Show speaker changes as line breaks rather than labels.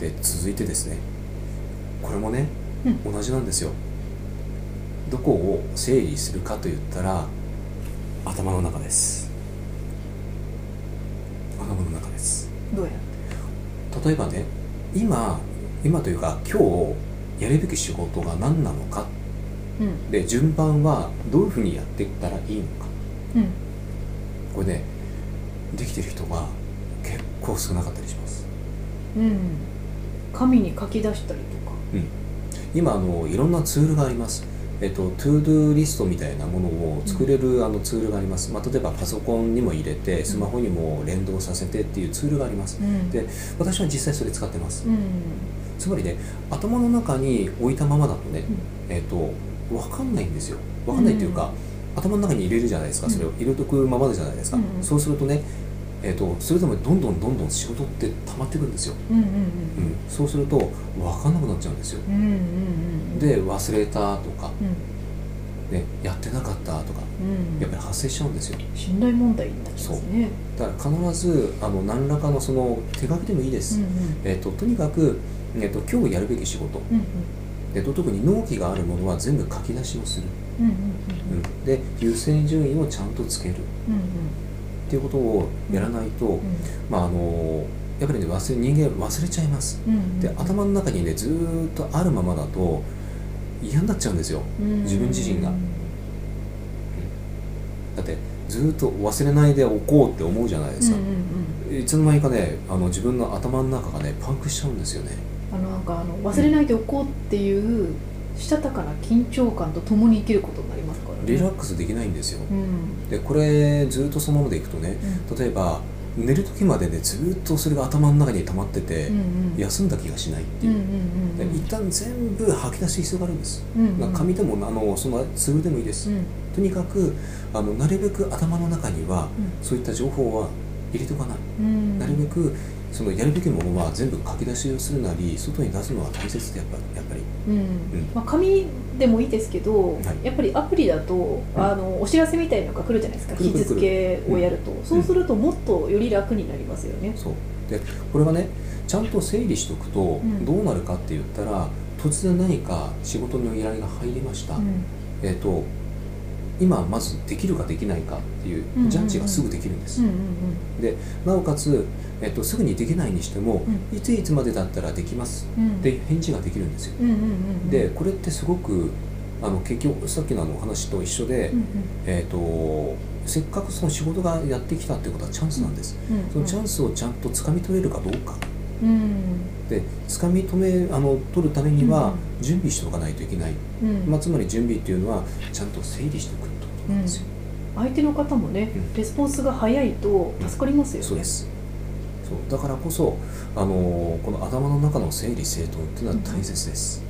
で続いてですねこれもね
うん
同じなんですよどこを整理するかと言ったら頭の中です頭の中です
どうやっ
例えばね今今というか今日やるべき仕事が何なのか
てうん
で順番はどういうふうにやっていったらいいのか
うん
これねできてる人が結構少なかったりします
うん紙に書き出したりとか
今あのいろんなツールがありますえっと、トゥードゥーリストみたいなものを作れるあのツールがあります、まあ、例えばパソコンにも入れてスマホにも連動させてっていうツールがあります
うん
で私は実際それ使ってます
うん
つまりね頭の中に置いたままだとね、えっと分かんないんですよ分かんないっていうか、頭の中に入れるじゃないですかそれを入れとくままでじゃないですか、
うんうん
そうするとね、えっとそれでもどんどんどんどん仕事って溜まってくるんですよ
うんうん
うん、そうすると分かんなくなっちゃうんですよ
うんうんうんうん
で忘れたとか、
うん
ね、やってなかったとか
うん
やっぱり発生しちゃうんですよ
信頼問題になりますね
だから必ずあの何らかのその手書きでもいいです、
うんうん
えっととにかく、えっと今日やるべき仕事、
うん
えっと特に納期があるものは全部書き出しをする、
うんうん
うん、で優先順位をちゃんとつけるっ
うんうんうん
ていうことをやらないと、まああのやっぱりね忘れ人間忘れちゃいます
うんうん
で頭の中にねずーっとあるままだと嫌になっちゃうんですよ
うん
自分自身がだってずーっと忘れないでおこうって思うじゃないですか
うん、うんうん
いつの間にかねあの自分の頭の中がねパンクしちゃうんですよね
あのなんかあの忘れないでおこうっていうしたたかな緊張感と共に生きることになりますからね
リラックスできないんですよ
うん
でこれずーっとそのままでいくとね例えば寝る時までねずーっとそれが頭の中に溜まってて
うんうんうん
休んだ気がしないって
うん
いううん
うん
で
うん
一旦全部吐き出す必要があるんです
うんうん
まあ紙でもあのそのツールでもいいです
うん
とにかくあのなるべく頭の中には
うん
そういった情報は入れとかない
うん
なるべくそのやるべきものは全部書き出しをするなり外に出すのは大切でやっぱやっぱり
うん
ん
まあ、紙でもいいですけど、
はい
やっぱりアプリだと、あのお知らせみたいのが来るじゃないですか
来る
日
来る来る
付をやると、そうするともっとより楽になりますよね。
そうでこれがねちゃんと整理しておくと
ん
どうなるかって言ったら、突然何か仕事の依頼が入りました、
うん
えっ、と今まずできるかできないかっていう
うんうんうん
ジャッジがすぐできるんです、
うん
なおかつ、えっとすぐにできないにしても、いついつまでだったらできます
うんうん
で返事ができるんですよ
うんうんうん
でこれってすごくあの結局さっきのあのお話と一緒で、
うん
えー、とせっかくその仕事がやってきたってことはチャンスなんです、
うんうん
そのチャンスをちゃんと掴み取れるかどうか
うん
で掴み止めあの取るためには
う
準備しておかないといけない、
うん
まあ、つまり準備っていうのはちゃんと整理しておくってことなんですよ、
相手の方もね、
うん
レスポンスが早いと助かりますよね。
そうですそうだからこそ、あのーこの頭の中の整理整頓っていうのは大切です、